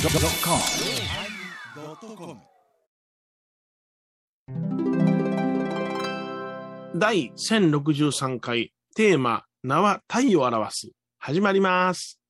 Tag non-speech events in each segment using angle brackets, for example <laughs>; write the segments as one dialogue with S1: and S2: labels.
S1: yosmir
S2: 第1063回テーマ「名は太を表す」始まります。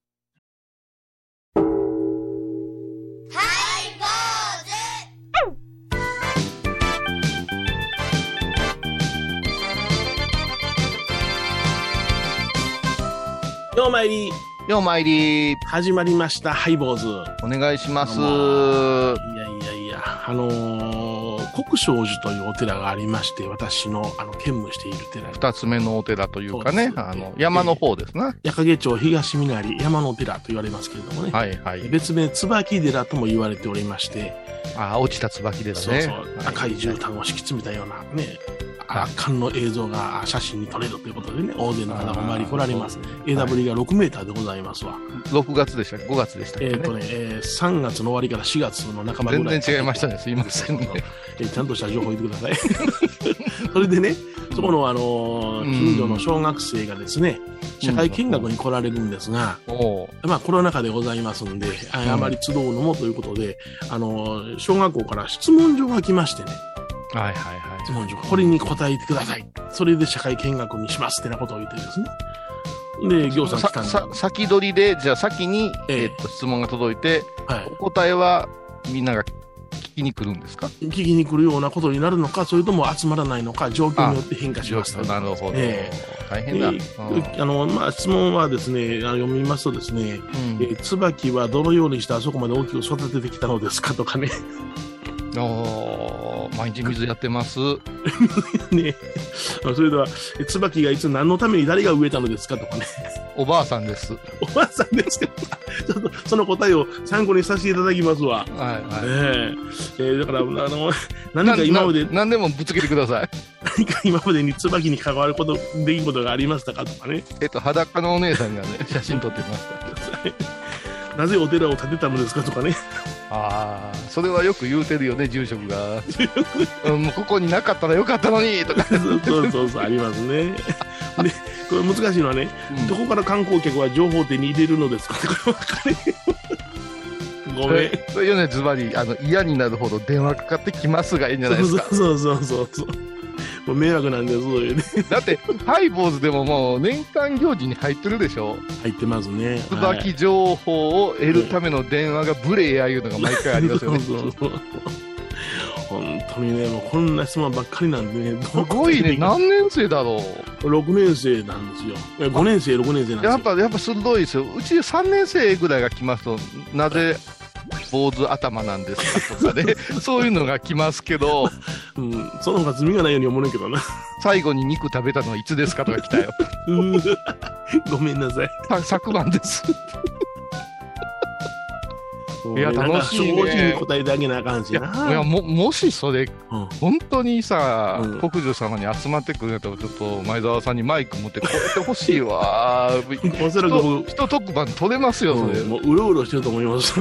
S2: ようまいり
S3: ようまいり
S2: 始まりましたハイボーズ
S3: お願いします
S2: どういやいやいやあのー、国生寺というお寺がありまして私のあの兼務している寺
S3: 二つ目のお寺というか
S2: そう
S3: ね
S2: です
S3: あの山の方ですな、
S2: 矢影町東みなり山の寺と言われますけれどもね、
S3: はいはい
S2: 別名椿寺とも言われておりまして、
S3: あ落ちた椿で
S2: そ
S3: す
S2: う
S3: ね
S2: そう
S3: はい
S2: 赤い絨毯を敷き詰めたようなね、
S3: はい
S2: 圧巻の映像が写真に撮れるということでね、大勢の方がお参り来られます。
S3: あー
S2: A
S3: そう
S2: w が6メーターでございますわ。
S3: 6月でしたっけ5月でしたっ
S2: え
S3: け
S2: っ、
S3: ね、
S2: とね、えー3月の終わりから4月の半ばぐらい。
S3: 全然違いましたねすいませんね
S2: そうえーちゃんとした情報を言ってく
S3: <laughs>
S2: ださい。それでね、そこの、あのー近所の小学生がですね、社会見学に来られるんですが、
S3: おう
S2: まあ、コロナ禍でございますんで、あ
S3: うん
S2: あまり集うのもということで、あの、小学校から質問状が来ましてね、
S3: はいはいはい
S2: 質問状、これに答えてください。それで社会見学にしますってなことを言ってですね。で、行さん来た
S3: さ
S2: ん
S3: さ
S2: で、
S3: 先取りでじゃあ先に、
S2: ええ
S3: えっと質問が届いて
S2: はい
S3: お答えはみんなが聞きに来るんですか
S2: 聞きに来るようなことになるのか、それとも集まらないのか、状況によって変化しますと。
S3: なるほど、
S2: え
S3: 大変だ、
S2: であの、まあ、質問はですね、あの読みますとですね、
S3: うん
S2: えー椿はどのようにしてあそこまで大きく育ててきたのですかとかね、 <laughs>
S3: おー毎日水やってます
S2: ね、それでは、え椿がいつ何のために誰が植えたのですかとかね、 <laughs>
S3: おばあさんですはい
S2: おばあさんですけど、ちょっとその答えを参考にさせていただきますわ。
S3: はい
S2: えええーだから、あの、何か今まで
S3: な、な何でもぶつけてください。 <laughs>
S2: 何か今までに椿に関わること、出来事がありましたかとかね。
S3: えっと、裸のお姉さんがね、 <laughs> 写真撮ってました。
S2: なぜお寺を建てたのですかとかね。 <laughs>
S3: ああ、それはよく言うてるよね、住
S2: <laughs>
S3: 職が。うん、もうここになかったらよかったのにとか。
S2: そうそうそう、ありますね。で、これ難しいのはね、どこから観光客は情報を手に入れるのですか <laughs> ってこれ分かれへんごめん。
S3: えそれよね、ズバリ、あの、嫌になるほど電話かかってきますがいいんじゃないですか。
S2: そうそうそうそう。もう迷惑なんです、そういうね。
S3: だって、ハイボーズでももう年間行事に入ってるでしょ。
S2: 入ってますね。はい
S3: 椿情報を得るための電話がブレやいうのが毎回ありますよね。
S2: そうそうそう本当にね、もうこんな質問ばっかりなんでね、
S3: すごいね、何年生だろう。
S2: 6年生なんですよ。いや5年生、6年生なんですよ。
S3: やっぱ、やっぱ鋭いですよ。うち3年生ぐらいが来ますと、なぜ坊主頭なんですかとか
S2: <laughs>
S3: ね、そういうのが来ますけど、
S2: うん、その方が罪がないように思うねんけど
S3: <laughs>
S2: な。
S3: 最後に肉食べたのはいつですかとか来たよ。 <laughs>
S2: うーごめんなさい。
S3: さ昨晩です。いや
S2: もうなんか
S3: 楽しいね
S2: 正直に答えてあげなあかんし
S3: いや
S2: な。
S3: いやも、もしそれ、
S2: うん
S3: 本当にさ、
S2: うん
S3: 国女様に集まってくるんやったら、ちょっと前澤さんにマイク持って、こうやってほし
S2: <laughs>
S3: いわ。
S2: おそらく僕、
S3: 人特番取れますよ、それ。
S2: うんもううろうろしてると思います。 <laughs>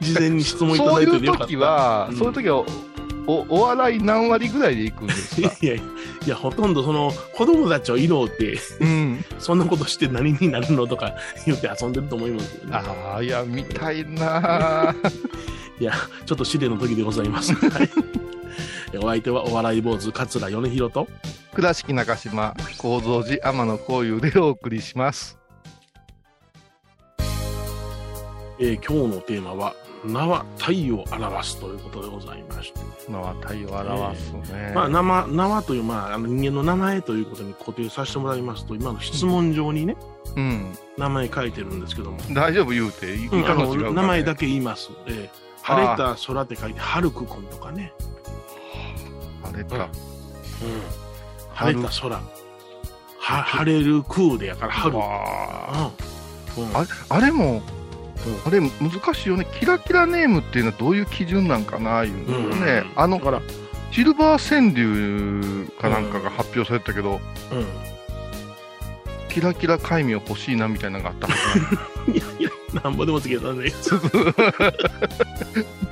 S2: 事前に質問いた
S3: そ
S2: だ
S3: う
S2: い
S3: い
S2: て
S3: う
S2: てよかった。
S3: 時は、
S2: うん
S3: そういう時はお、お笑い何割ぐらいで行くんですか
S2: <laughs> いやいや、いやほとんどその子供たちを色って、
S3: うん。
S2: そんなことして何になるのとか <laughs> 言って遊んでると思いますよね。
S3: ああ、いや、見たいなー
S2: いや、ちょっと試練の時でございます。はい。お相手はお笑い坊主、桂米広と。
S3: <laughs> 倉敷中島、構造寺、天野幸雄でお送りします。
S2: えー今日のテーマは、名は体を表すということでございまして。
S3: のは体を表すね。
S2: まあ、名は名はという、まあ、あの人間の名前ということに固定させてもらいますと、今の質問上にね、
S3: うん。
S2: 名前書いてるんですけども、
S3: 大丈夫言うて、いい
S2: うん
S3: か
S2: あ
S3: の
S2: の
S3: 違うか、ね
S2: 名前だけ言います。えー晴れた空って書いて、春く君とかね。
S3: あれか。
S2: うん晴れた空。は晴れる空でやから、春。
S3: あ
S2: うんうん
S3: あれあれも、あれ難しいよね。キラキラネームっていうのはどういう基準なんかな、いうの
S2: うん
S3: ね。あの
S2: だ、から、
S3: シルバー川柳かなんかが発表されたけど、
S2: うん。 <laughs>
S3: キラキラ戒名欲しいなみたいなのがあったはずなんだけど
S2: いやいや、なんぼでもつけたね。 <laughs>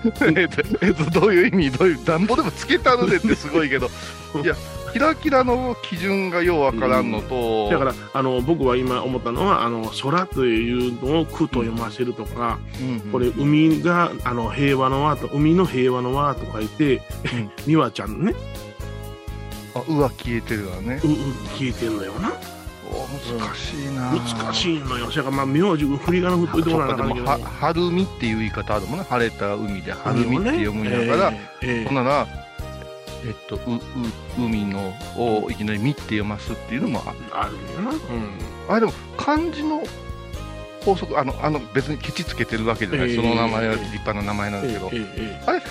S3: えっと、えっと、どういう意味どういう、なんぼでもつけたのでってすごいけど、いや、キラキラの基準がようわからんのと、
S2: だからあの僕は今思ったのはあの空というのを空と読ませるとか、
S3: うんうん
S2: これ海があの平和の輪と海の平和の輪と書いて、
S3: ん
S2: <laughs> 美和ちゃんね
S3: あうわ消えてるわね
S2: うう聞いてんのよな
S3: お難しいな
S2: 難
S3: い
S2: しいのよそれからまあ名字振り仮名振っといてもらわなあかんけど
S3: は晴海っていう言い方あるもんね晴れた海で晴海って読むんやから、
S2: ええええ
S3: ほんならえっとうう海のをいきなり「み」って読ますっていうのもあ
S2: あるよな、うん
S3: あでも漢字の法則あのあの別にケチつけてるわけじゃない、
S2: ええ
S3: その名前は立派な名前なん
S2: え
S3: だ
S2: え
S3: けど、
S2: えええ
S3: あれ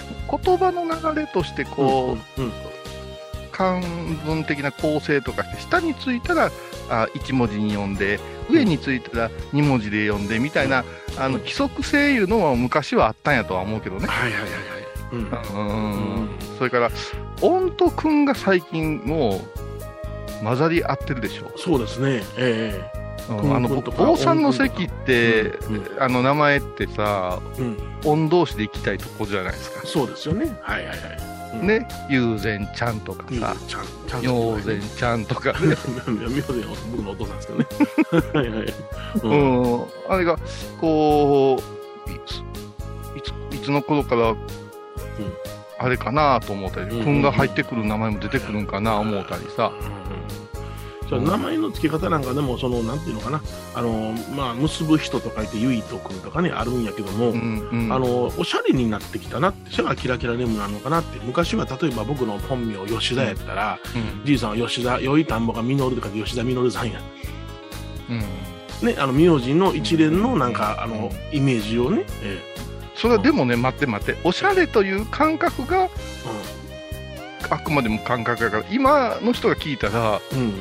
S3: 言葉の流れとして
S2: え
S3: こう、
S2: うんうん
S3: 漢文的な構成とかして下についたらあ1文字に読んで上についたら2文字で読んでみたいな、あの規則性いうのは昔はあったんやとは思うけどね。
S2: はいはいはいはいうん
S3: うんそれから音と訓が最近もう混ざり合ってるでしょ
S2: そうですねえ
S3: うんあの
S2: くんとか
S3: 坊さんの席って、
S2: うん
S3: あの名前ってさ
S2: えうん
S3: 音同士で行きたいとこじゃないですか、
S2: そうですよねはいはいはいうん
S3: ね友禅ちゃんとか
S2: うんちゃ
S3: さ
S2: んちゃん
S3: 明禅ちゃんとか
S2: いや名字は僕のお父さんですけどね。はいはい。
S3: う
S2: うん
S3: ん、あれがこういついついつの頃から、あれかなと思ったり、
S2: うんうん
S3: 君が入ってくる名前も出てくるんかな思ったりさ、
S2: それ名前の付け方なんかでもそのなんていうのかなあのまあ結ぶ人と書いてゆいとくんとかねあるんやけども、
S3: うんうん
S2: あのおしゃれになってきたなってそれがキラキラネームなのかなって昔は例えば僕の本名吉田やったら、
S3: うん
S2: じいさんは吉田よい田んぼが実るとか吉田実さんや
S3: うん
S2: ねあの名字の一連のなんか、
S3: うん
S2: あのイメージをね、え
S3: それはでもね待って待っておしゃれという感覚が
S2: え
S3: あくまでも感覚だから今の人が聞いたら
S2: うんうん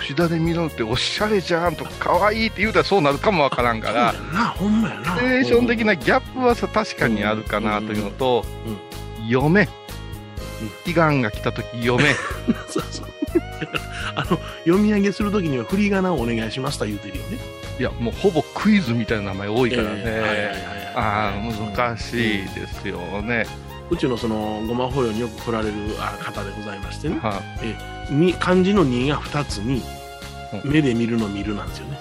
S3: 吉田で見ろっておしゃれじゃんとか可愛いって言うたらそうなるかもわからんから
S2: そうやんなほんまやな
S3: シチュエーション的なギャップはさ確かにあるかなというのと
S2: うんうん
S3: 読め祈願が来た時読め
S2: そうそう。 <laughs> あの読み上げするときには振り仮名をお願いしますと言うてるよね。
S3: いやもうほぼクイズみたいな名前多いからね、
S2: えー
S3: ああ難しい
S2: うん
S3: ですよね、
S2: うちのそのごま法要によく来られるあ方でございましてね。
S3: は
S2: に漢字の二が二つに
S3: う
S2: 目で見るの見るなんですよね。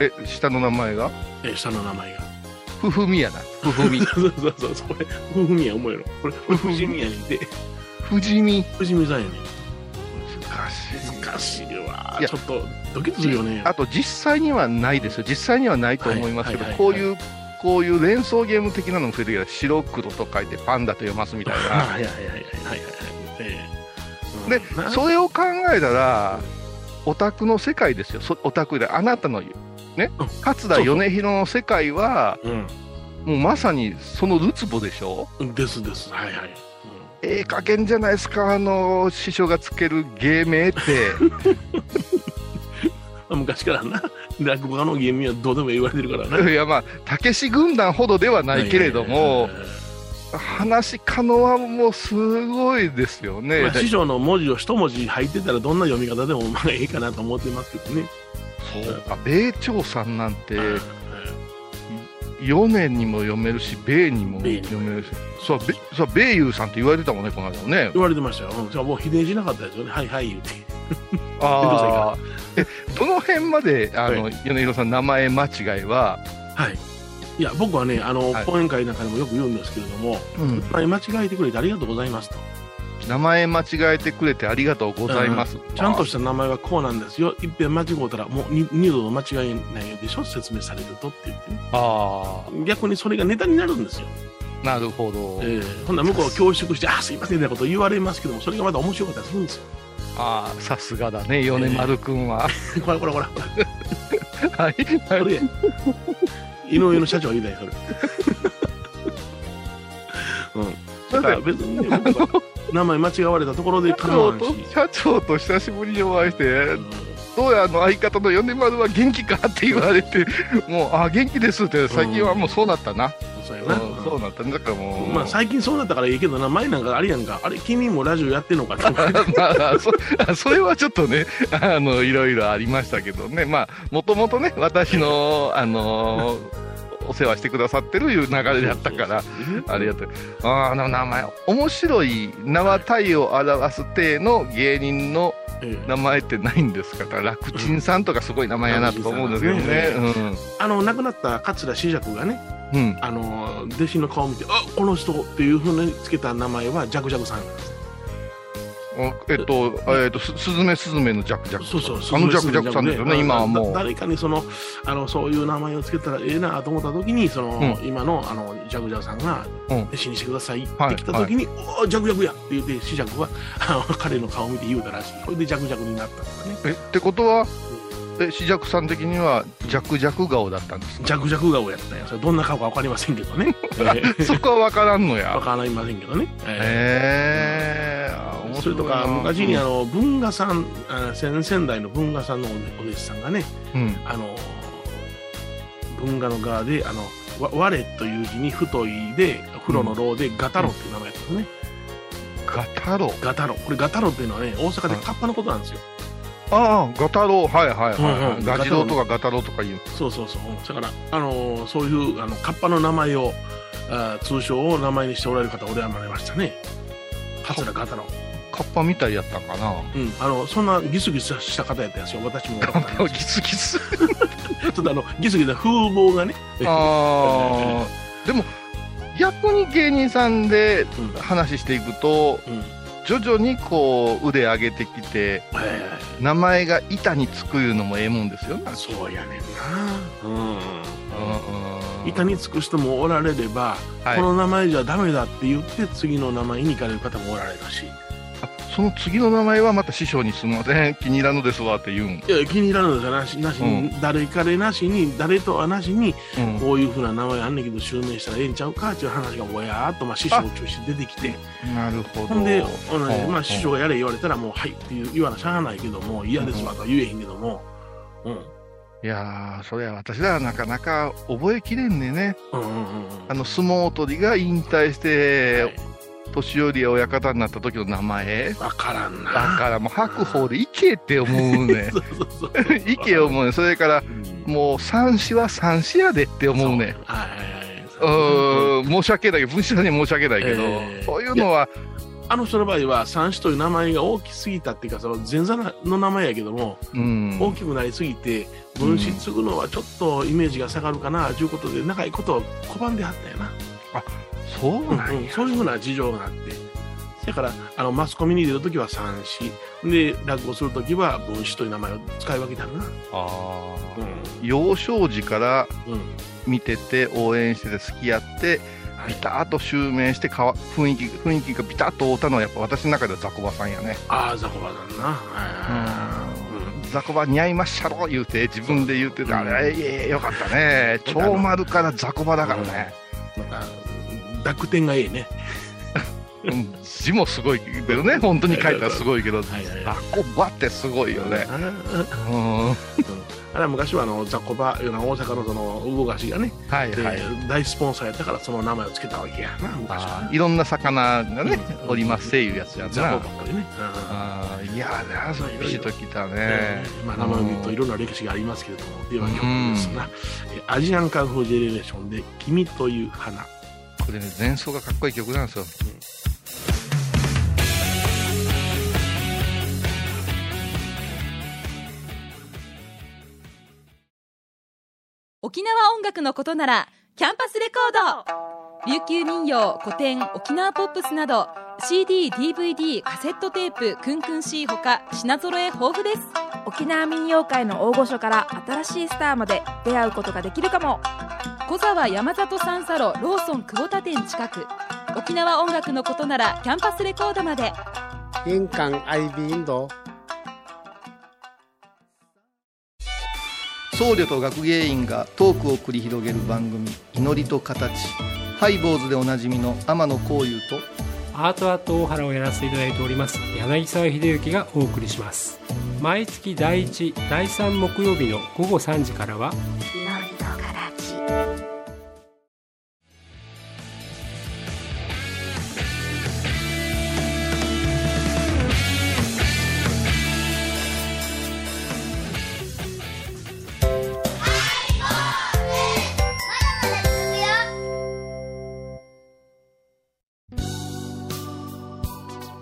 S3: え下の名前が
S2: えー下の名前が。 <laughs>
S3: ふふみやなふふみ
S2: そうそうそうそう。これふふみや思えろ。これこれ藤宮にいて
S3: ふじみ
S2: 藤宮さんやね。
S3: 難し
S2: 難しいわ
S3: い。や
S2: ちょっとドキッとするよね。
S3: あと実際にはないですよ実際にはないと思いますけど、
S2: はいはい
S3: こう
S2: はい
S3: いうこういう連想ゲーム的なのも増えてきた白黒と書いてパンダと読ますみたい
S2: あ
S3: な
S2: はいはいはいはいはいはい。えー
S3: で
S2: うんな
S3: それを考えたらオタクの世界ですよそオタクであなたのね
S2: うん
S3: 勝田
S2: そうそう
S3: 米広の世界は
S2: う
S3: もうまさにそのるつぼでしょ
S2: ん。ですです。はいはい。うん
S3: ええ加減じゃないですかあの師匠がつける芸名って
S2: 昔からな <laughs> 落語家の芸名はどうでも言われてるからな。
S3: いやまあたけし軍団ほどではないけれども話可能はもうすごいですよ
S2: えー
S3: ね、
S2: まあ師匠の文字を一文字入ってたらどんな読み方でもまあいいかなと思ってますけどね。
S3: そうか米朝さんなんて
S2: うん
S3: 4年にも読めるし米にも
S2: 米にも
S3: 読めるしそう米そう米優さんって言われてたもんねこの間もね
S2: 言われてましたよ。うんじゃあもう否定しなかったですよね。はいはい言うて。
S3: あーえどの辺まであの、
S2: は
S3: 米広さん名前間違いは、
S2: はい。いや僕はねあの、
S3: はい
S2: 講演会なんかでもよく言うんですけれども、はい、間違えてくれてありがとうございますと。
S3: 名前間違えてくれてありがとうございます、
S2: ちゃんとした名前はこうなんですよ。一遍間違うたらもう二二度間違えないでしょ説明されるとって言ってね、
S3: ああ
S2: 逆にそれがネタになるんですよ。
S3: なるほど、
S2: えー、ほんなら向こうを恐縮して「あすいません」みたいなこと言われますけどもそれがまた面白かったりするんですよ。 <laughs>
S3: ああさすがだね米丸くんは、
S2: こらこらこらこ
S3: はい
S2: れこれや
S3: <laughs>
S2: 井上の社長が言いたいそれ。うん、だから別にね僕は名前間違われたところで
S3: 社
S2: 構わ
S3: 長
S2: んし
S3: と。社長と久しぶりにお会いして
S2: うん
S3: どうやあの相方の米丸は元気かって言われてもうああ元気ですって最近はもうそうなったな、
S2: そうや
S3: うん
S2: な、
S3: そうなったねだからもう、
S2: まあ、最近そうなったからいいけどな前なんかあれやんかあれ君もラジオやってんの
S3: <laughs>
S2: かって
S3: まあ、そあそれ <laughs> はちょっとねあのいろいろありましたけどねまあもともとね私のあのお世話してくださってるいう流れだったから、ありがとう。あーあの名前、面白い縄体を表す体の芸人の
S2: ええ
S3: 名前ってないんですかだから楽ちんさんとかすごい名前やなと思うんですけどね。
S2: あの亡くなった桂志尺がね
S3: うん。うん。
S2: あの弟子の顔を見て「あこの人」っていうふうにつけた名前はジャクジャクさん
S3: おえっと、えっと、すすずめすずめのジャクジャク。
S2: そうそう
S3: あのジャクジャクさんですよね、今はも
S2: だ
S3: う。
S2: 誰かにそのあのそういう名前をつけたらええなと思った時にその、今のあのジャグジャグさんが
S3: うん
S2: 弟子にしてくださいって
S3: はい
S2: 来た時に「おおジャグジャグや!」って言ってシジャクはあの彼の顔を見て言うたらしいそれでジャグジャグになったからね
S3: えってことは、え、シジャクさん的には、ジャクジャク顔だったんです
S2: ジャグジャグ顔やったんやそれどんな顔か分かりませんけど
S3: <laughs>
S2: ね、えー <laughs>
S3: か。そこはわからんの
S2: 分
S3: や。
S2: かりませんけどね、えー
S3: へえーあ面
S2: そ
S3: 白
S2: れ
S3: いな。
S2: とか昔にあの文賀さんあ先仙台の文賀さんのおお弟子さんがね
S3: うん。
S2: あの文賀の側で「あのわ我」という字に太いで風呂の牢で「ガタロ」っていう名前だったんですね、
S3: ガタロ。
S2: ガタロこれガタロっていうのはね大阪でカッパのことなんですよ、
S3: ああ、ガタロ。はいはいはい
S2: うん
S3: は
S2: う
S3: い。
S2: ん
S3: ガジロとかガタロとか言う。
S2: そうそうそうだからあのそういうあのカッパの名前をあ通称を名前にしておられる方おられましたね桂ガタロ
S3: カッパみたいやったんか
S2: <laughs>
S3: な。
S2: うんあのそんなギスギスした方やったんですよ私も
S3: カッパギスギス。
S2: ちょっとあのギスギスな風貌がね
S3: ああ。でも、逆に芸人さんで
S2: うん
S3: 話していくと、
S2: うん
S3: 徐々にこう腕上げてきて
S2: はいはいはい
S3: 名前が板につくいうのもええもんですよね。
S2: そうやねんなうん
S3: うん
S2: 板につく人もおられれば、
S3: はい
S2: この名前じゃダメだって言って次の名前に行かれる方もおられるし
S3: あその次の名前はまた師匠にすみません気に入らんのです <laughs> わって言うん、
S2: いや気に入らんのじゃなしなしに、
S3: う
S2: 誰彼なしに誰とはなしに
S3: うん
S2: こういうふうな名前あんねんけど襲名したらええんちゃうかっていう話がぼやーっと、まあ、師匠を中心に出てきて
S3: なるほど
S2: ほんで、あの
S3: うん
S2: まあ、師匠がやれ言われたらもうはいっていう言わなしゃあないけども嫌ですわとは言えへんけども、うん、
S3: いやーそれは私らはなかなか覚えきれんねね
S2: うんうんうんうん
S3: あの相撲取りが引退し
S2: は
S3: て
S2: い
S3: 年寄りや親方になった時の名前
S2: わからん
S3: だ
S2: な
S3: からもう白鵬で「いけ」って思うね
S2: <laughs> そうそう
S3: <laughs>
S2: そうそう
S3: 「いけ」思うねそれからもう三子は三子やでって思うね
S2: そうはいはいはいそう
S3: うん申し訳ないけど文章には申し訳ないけど、
S2: えー
S3: そういうのは
S2: あの人の場合は三種という名前が大きすぎたっていうかその前座の名前やけども、
S3: うん
S2: 大きくなりすぎて分子継ぐのはちょっとイメージが下がるかなということで長いことを拒んではったよな、
S3: そうなん
S2: うん
S3: や、
S2: そういうふうな事情があってだからあのマスコミに出るときは三種で落語するときは分子という名前を使い分けてあるな、
S3: あ
S2: う
S3: ー
S2: ん
S3: 幼少時から
S2: うん
S3: 見てて応援してて好きやって
S2: はい
S3: ビタッと襲名してかわ雰囲気雰囲気がビタッと合うたのはやっぱ私の中ではザコバさんやね
S2: ああザコバさんなはいうん
S3: ザコバ似合いまっしゃろ言うて自分で言うてたあ
S2: うん
S3: れええよかったね超丸からザコバだからね
S2: また濁点がいいね
S3: うん字もすごいけどね本当に書いたらすごいけどザ
S2: はいはい
S3: コバってすごいよね
S2: あー
S3: うんは
S2: あれは昔はあのザコバいうのは大阪のその動かしがね、
S3: い
S2: で
S3: はい
S2: 大スポンサーやったからその名前を付けたわけやな昔は
S3: あ
S2: ね
S3: ーいろんな魚がね
S2: うん
S3: おりますっていうやつやつ
S2: ザ
S3: な
S2: コバというね、うん
S3: あーいやーなあそれピシッときたね
S2: えーまあ、名前を見るといろんな歴史がありますけれどもでは今日ですが、えーアジアンカンフージェネレーションで「君という花」
S3: これね前奏がかっこいい曲なんですよ
S1: 沖縄音楽のことならキャンパスレコード琉球民謡古典沖縄ポップスなど CDDVD カセットテープクンクン C ほか品揃え豊富です
S4: 沖縄民謡界の大御所から新しいスターまで出会うことができるかも
S1: 小沢山里三佐路ローソン久保田店近く沖縄音楽のことならキャンパスレコードまで
S5: 玄関アイビーインド
S6: 僧侶と学芸員がトークを繰り広げる番組「祈りと形」ハイ坊主でおなじみの天野幸雄と
S7: アートアート大原をやらせていただいております柳沢秀幸がお送りします毎月第1第3木曜日の午後3時からは
S8: まだまだ続くよ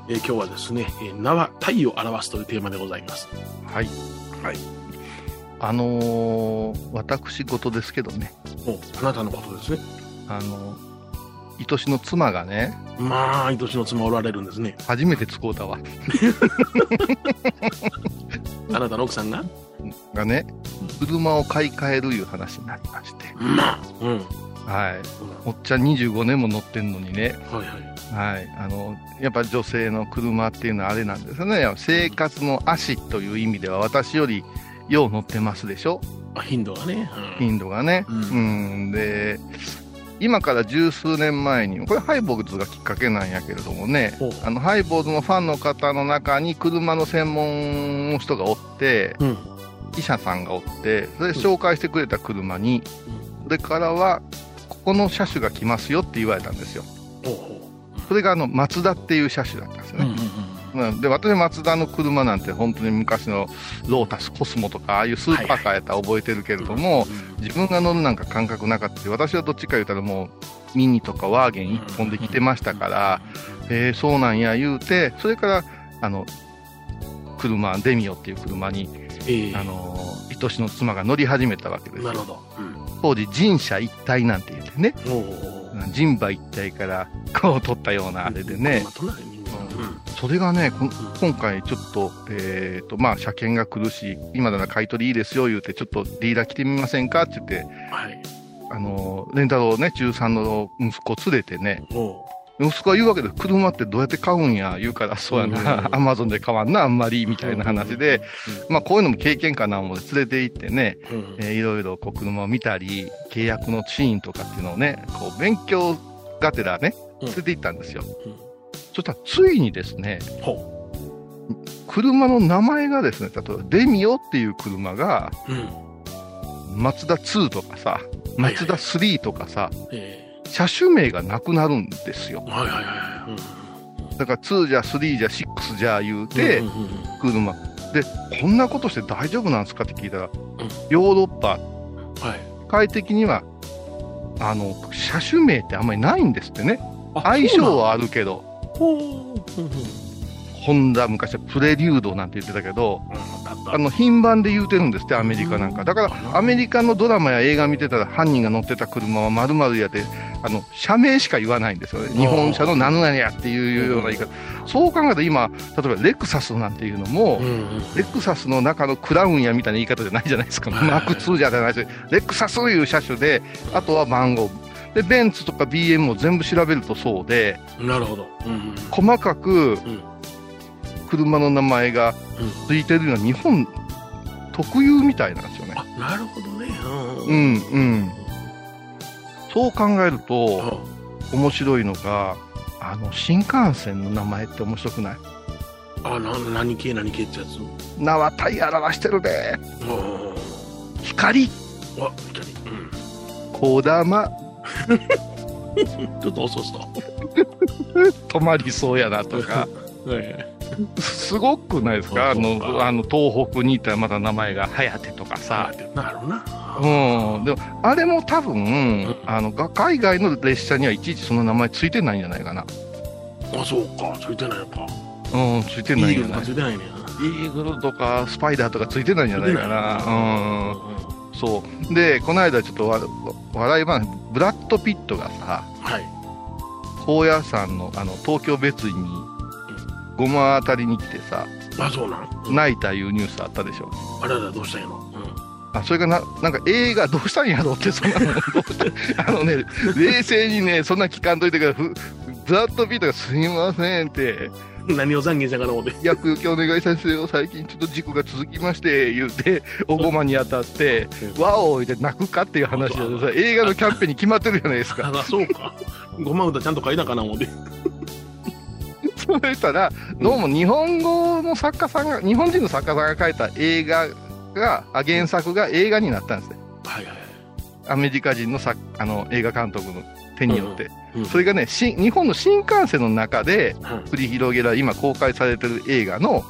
S2: えー今日はですね、えー名は太陽を表すというテーマでございます。
S3: はい。
S2: はい。
S3: あのー私事ですけどね、
S2: もう、あなたのことですね。
S3: あのー愛しの妻がね、
S2: まあ、愛しの妻おられるんですね。
S3: 初めて使うたわ。
S2: あなたの奥さんが。
S3: がね、車を買い替えるいう話になりまして、
S2: まあ、うん。
S3: はい。
S2: そうなの
S3: おっちゃん25年も乗ってんのにね、
S2: はいはい。
S3: はい。あの、やっぱ女性の車っていうのはあれなんですよね。生活の足という意味では私よりよう乗ってますでしょ
S2: あ頻度がね。うん
S3: 頻度がね。
S2: うん
S3: うん、で、今から十数年前に、これハイボーズがきっかけなんやけれどもね
S2: ほう、
S3: あのハイボーズのファンの方の中に車の専門の人がおって、
S2: うん。
S3: 記者さんがおって、それで紹介してくれた車に、それからは、ここの車種が来ますよって言われたんですよ。
S2: ほうほ
S3: それがあの、マツダっていう車種だったんですよ
S2: う。うん
S3: ね。
S2: うんうん
S3: うん、で私、マツダの車なんて本当に昔のロータス、コスモとか、ああいうスーパーカーやったら覚えてるけれども、自分が乗るなんか感覚なかったし私はどっちか言うたらもうミニとかワーゲン一本で来てましたから、えーそうなんや言うて、それから、あの、車、デミオっていう車に、
S2: ええ
S3: あのー、愛しの妻が乗り始めたわけです
S2: なる
S3: よ。
S2: ほど。うん
S3: 当時、人車一体なんて言ってね、
S2: ほうほうほう
S3: 人馬一体からこう取ったようなあれでね、
S2: まあ都内みんなうん
S3: それがね、こん今回ちょっと、えっ、と、まあ、車検が苦しい、今なら買い取りいいですよ、言うて、ちょっとリーダー来てみませんかって言って、
S2: はい。
S3: あのー、レンタルをね、中3の息子連れてね、
S2: ほ
S3: 息子が言うわけで、車ってどうやって買うんや、言うから、そうや <laughs> な、
S2: うん
S3: アマゾンで買わんな、あんまり、みたいな話で、まあ、こういうのも経験かな、思って連れて行ってね、
S2: ううん
S3: えーいろいろこう車を見たり、契約のシーンとかっていうのをね、こう勉強がてらね、
S2: うん
S3: 連れて行ったんですよ。
S2: うん
S3: そしたらついにですね、
S2: ほ
S3: 車の名前がですね、例えばデミオっていう車が、
S2: う。うん。
S3: マツダ2とかさ、
S2: は
S3: マ
S2: い
S3: ツダ3とかさ、
S2: え
S3: 車種名がなくなるんですよ
S2: え。はいはいはいうん。
S3: だから2じゃ3じゃ6じゃ言うて、
S2: うんうんうん
S3: 車。で、こんなことして大丈夫なんですかって聞いたら、
S2: ん
S3: ヨーロッパ、
S2: はい。
S3: 世界的には、あの、車種名ってあんまりないんですってね。
S2: あ
S3: 相性
S2: そうなの
S3: はあるけど、
S2: ほう。うんうん
S3: ホンダ昔はプレリュードなんて言ってたけど、
S2: あった
S3: あの品番で言うてるんですってアメリカなんかだからアメリカのドラマや映画見てたら犯人が乗ってた車はまるまるやであの社名しか言わないんですよね日本車の何々やっていうような言い方そう考えたら今例えばレクサスなんていうのも、
S2: うんうん
S3: レクサスの中のクラウンやみたいな言い方じゃないじゃないですか、
S2: はい
S3: マーク2じゃないしレクサスという車種であとは番号でベンツとか BM を全部調べるとそうで
S2: なるほど。うんうん
S3: 細かく
S2: ん
S3: 車の名前がついてるのは日本特有みたいなんですよね
S2: あ。なるほどね。
S3: う
S2: うん
S3: んうん。そう考えると面白いのが、あの新幹線の名前って面白くない
S2: あ、な何系何系ってやつ。うん
S3: 名は体表してるで。
S2: うんうん
S3: 光、
S2: あ、いきなりうん
S3: こだま、
S2: ちょっと遅そう。
S3: 止まりそうやなとか、
S2: はいはい
S3: すごくないですかあ
S2: そうそう
S3: の、あの、東北にいたらまだ名前が颯とかさ。
S2: なるほどな。
S3: うん、でもあれも多分あのが海外の列車にはいちいちその名前ついてないんじゃないかな、
S2: あ、そうか。ついてないのか。
S3: うん、ついて
S2: イ
S3: ない
S2: ーグ
S3: んじゃ
S2: ル
S3: な
S2: が
S3: い
S2: ついてないね。
S3: イーグルとかスパイダーとかついてないんじゃないか
S2: ついて
S3: なうんそうでこの間ちょっとわ笑い話ブラッド・ピットがさ
S2: はい。
S3: 高野山のあの東京別院にごま当たりに来てさ
S2: あ、そうなん。
S3: 泣いたいうニュースあったでしょ
S2: あれだ、どうしたんやろ。うん
S3: あそれがななんか映画どうしたんやろうってそんなのどうしたあのね冷静にねそんな聞かんといてからふブラッド・ピットが「すいません」って
S2: 何を懺悔したかな思って。
S3: 「薬きお願いさせてよ最近ちょっと事故が続きまして」言うておごまに当たって「わお!」言うて泣くかっていう話でさ映画のキャンペーンに決まってるじゃないですか
S2: ああ、そうか。ごま歌ちゃんと書いたかな思って。
S3: そうしたらどうも日本語の作家さんが日本人の作家さんが書いた映画があ原作が映画になったんですね
S2: はいはい。
S3: アメリカ人の作あの映画監督の手によって。
S2: うん
S3: それがね、新日本の新幹線の中で
S2: うん
S3: 繰り広げられ、今公開されてる映画の、
S2: はい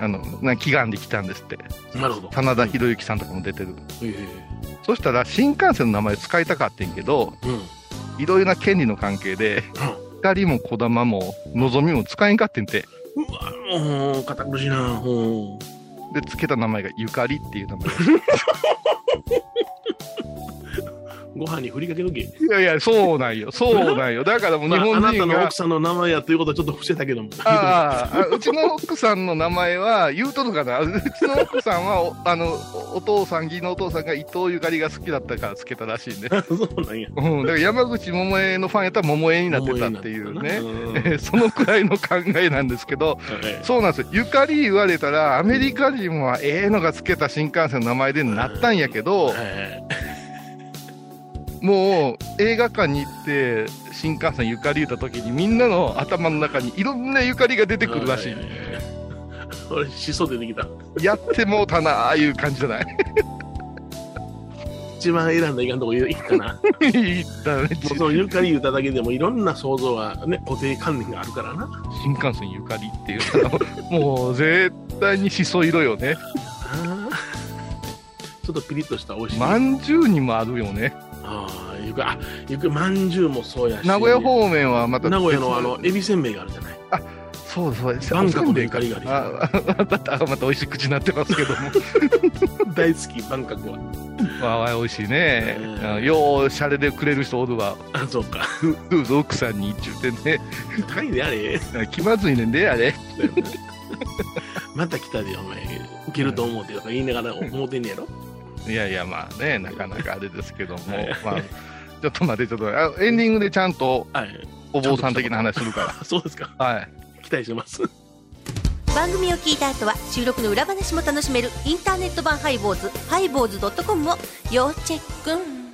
S3: あの、な祈願で来たんですって。
S2: なるほど。
S3: 真田広之さんとかも出てる。
S2: え
S3: そしたら、新幹線の名前使いたかってんけど、
S2: えうん。
S3: いろいろな権利の関係で、光も小玉も望みも使えんかってんて。
S2: うわもう堅苦しいなほう
S3: で、つけた名前がゆかりっていう名前。
S2: ご飯にふりかけとけ、
S3: いやいや、そうなんよ。そうなんよ。だからもう
S2: ま
S3: 日
S2: あ、あ
S3: 本
S2: なた
S3: 人
S2: の
S3: が
S2: 奥。さんの名前やということはちょっと伏せたけども
S3: あああうちの奥さんの名前は言うとるかな、うちの奥さんはお <laughs> あのおお父さん、義理のお父さんが伊藤ゆかりが好きだったからつけたらしいね、 <laughs>
S2: そうなんや
S3: うん、だから山口百恵のファンやったら桃江になってたっていうね、 <laughs>
S2: ね
S3: そのくらいの考えなんですけど、そうなんですよ、ゆかり言われたら、アメリカ人はええのがつけた新幹線の名前でなったんやけど、もう映画館に行って、新幹線ゆかり言った時に、みんなの頭の中にいろんなゆかりが出てくるらしい。
S2: 俺しそ出てきた
S3: やってもうたなあいう感じじゃない
S2: 一番選んだらいかんとこいか
S3: <laughs>
S2: なも
S3: いいだね
S2: うそのゆかり言うただけでもいろんな想像はね固定観念があるからな
S3: 新幹線ゆかりっていうのもう絶対にしそ色よね
S2: あーちょっとピリッとした美味しい、
S3: まんじゅうにもあるよね
S2: あーゆかあゆかまんじゅうもそうやし
S3: 名古屋方面はまた
S2: 名古屋のあのエビせんべいがあるじゃない
S3: そうそうです
S2: 万覚のゆかりがあ
S3: ああまたまた美味しい口になってま
S2: <laughs>
S3: すけども
S2: る大好き万覚は
S3: わあ美味しいね
S2: うん
S3: あようシャレでくれる人おるわ
S2: あそうか
S3: どうぞ奥さんに言っちゅうてね
S2: 高いであれ
S3: 気まずいねんであれ
S2: また来たでお前受けると思うてとか言いながら思うてんねやろ
S3: いやいや、まあね、なかなかあれですけども
S2: はい、
S3: まあ、ちょっと待って、ちょっとあ、エンディングでちゃんと
S2: はい
S3: お坊さん的な話するか。
S2: あそうですから
S3: はい。
S2: 期待してます
S8: 番組を聞いた後は収録の裏話も楽しめるインターネット版ハイボーズハイボーズドットコムを要チェックン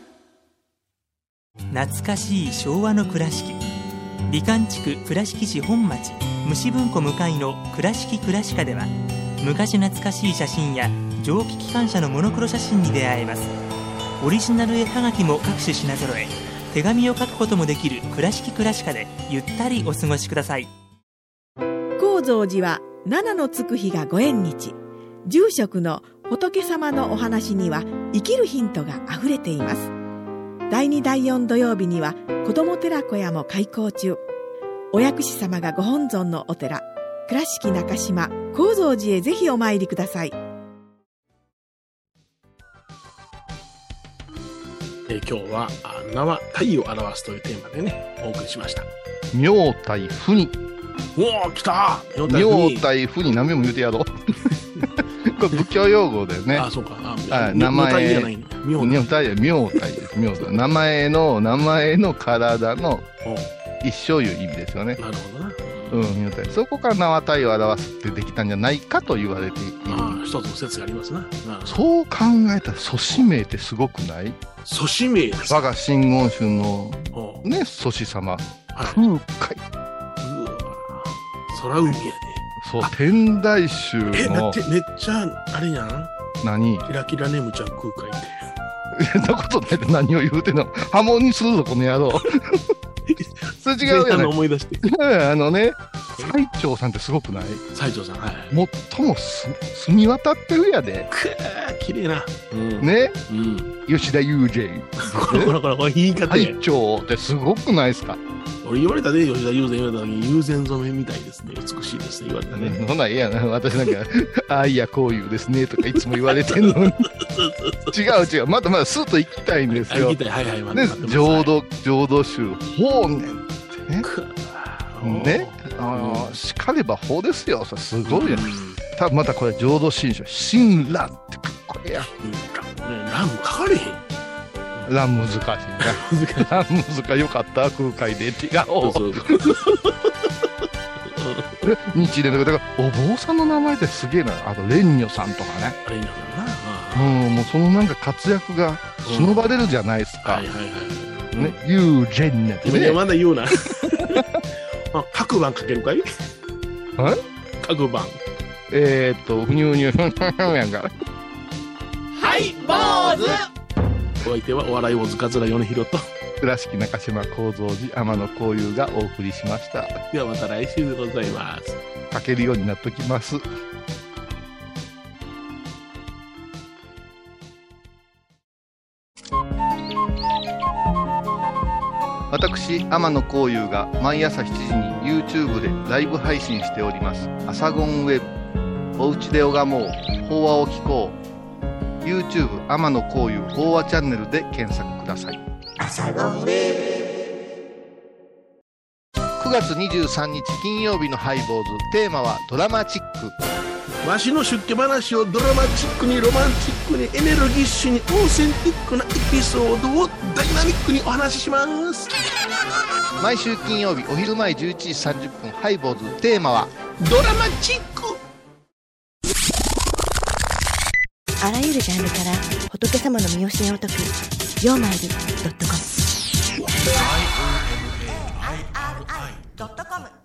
S9: 懐かしい昭和の倉敷美観地区倉敷市本町虫文庫向かいの「倉敷倉敷科」では昔懐かしい写真や蒸気機関車のモノクロ写真に出会えますオリジナル絵はがきも各種品揃え手紙を書くこともできる「倉敷倉敷科」でゆったりお過ごしください
S10: 高蔵寺は七のつく日がご縁日住職の仏様のお話には生きるヒントがあふれています第2第4土曜日には子ども寺小屋も開校中お薬師様がご本尊のお寺倉敷中島・高蔵寺へぜひお参りください
S2: えー今日は「あ名は太陽を表す」というテーマでねお送りしました
S3: 妙体不に、
S2: おお来た妙
S3: 妙
S2: に
S3: 体不に何べも言うてや
S2: <laughs>
S3: ろう。これ仏教用語だよね
S2: あ。そうか
S3: は
S2: あ
S3: い名前
S2: 妙体じゃないね妙
S3: 妙体は妙体です。妙体。名前の、名前の体の
S2: おう
S3: 一生いう意味ですよね。
S2: なるほどな
S3: うん、妙体。そこから名は体を表すってできたんじゃないかと言われている。
S2: ああ一つの説がありますなああ
S3: そう考えたら祖師名ってすごくない
S2: 祖師名です
S3: 我が真言宗の
S2: おう
S3: ね、祖師様、
S2: はい
S3: 空海。
S2: うわ空海やで
S3: そう、天台宗
S2: えだ
S3: の
S2: ってめっちゃあれやん
S3: 何
S2: キラキラネームちゃん空海って
S3: そんなことないで何を言うてんの波紋にするぞ、この
S2: <laughs>
S3: 野郎。それ違う
S2: 前半の
S3: よね。
S2: 思い出して
S3: <laughs> あのね、最長さんってすごくない
S2: 西条さんはい
S3: 最もす澄み渡ってるやで。
S2: くー綺麗なうん
S3: ね
S2: うん
S3: 吉田雄二。
S2: こらこらこらこれ言い方や
S3: 最長ってすごくないですか、
S2: 俺言われたで吉田友禅言われた時に友禅染めみたいですね美しいですね言われたね
S3: ほな、いやな、私なんか、 <laughs> ああいや、こういうですね、とかいつも言われ
S2: <laughs>
S3: てんのに。違う違う、まだまだスーッと行きたいんです
S2: あ行
S3: よ
S2: き。たいはいはいまだ
S3: ね
S2: 待って、ます
S3: 浄土、浄土宗、法然ってね。
S2: くー
S3: ね、あのしかれば法ですよ、それすごいよ、
S2: うん
S3: 多分またこれ、浄土真宗、親鸞ってかっこええやん、
S2: うんねラムかかれへん
S3: 乱難しいな、乱難しい、よかった、空海で違う、
S2: そうそう
S3: 日蓮とか、だからお坊さんの名前ってすげえな、あと蓮如さんとかね、
S2: あれになるな
S3: う
S2: うん
S3: ん、もうそのなんか活躍が忍ばれるじゃないですか
S2: はいはい、は
S3: ね、ユージェンネって
S2: いいや
S3: ね、
S2: まだ言うな <laughs> あ各番かけるかい各番
S3: えー、っと、ふにゅうにゅう、ふんふんふんやんか、
S2: お相手はお笑い大塚面米広と
S3: 倉敷中島幸三寺、天野幸雄がお送りしました。
S2: ではまた来週でございます
S3: かけるようになっときます。私天野幸雄が毎朝7時に YouTube でライブ配信しております「アサゴンウェブ」「おうちで拝もう法話を聞こう」YouTube 天野幸雄法話チャンネルで検索ください9月23日金曜日のハイボーズテーマは「ドラマチック」
S2: わしの出家話をドラマチックにロマンチックにエネルギッシュにオーセンティックなエピソードをダイナミックにお話しします
S3: 毎週金曜日お昼前11時30分ハイボーズテーマは
S2: ドラマチック
S1: あらゆるジャンルから仏様の身教えを解く「曜マイルドットコム」
S11: ドットコム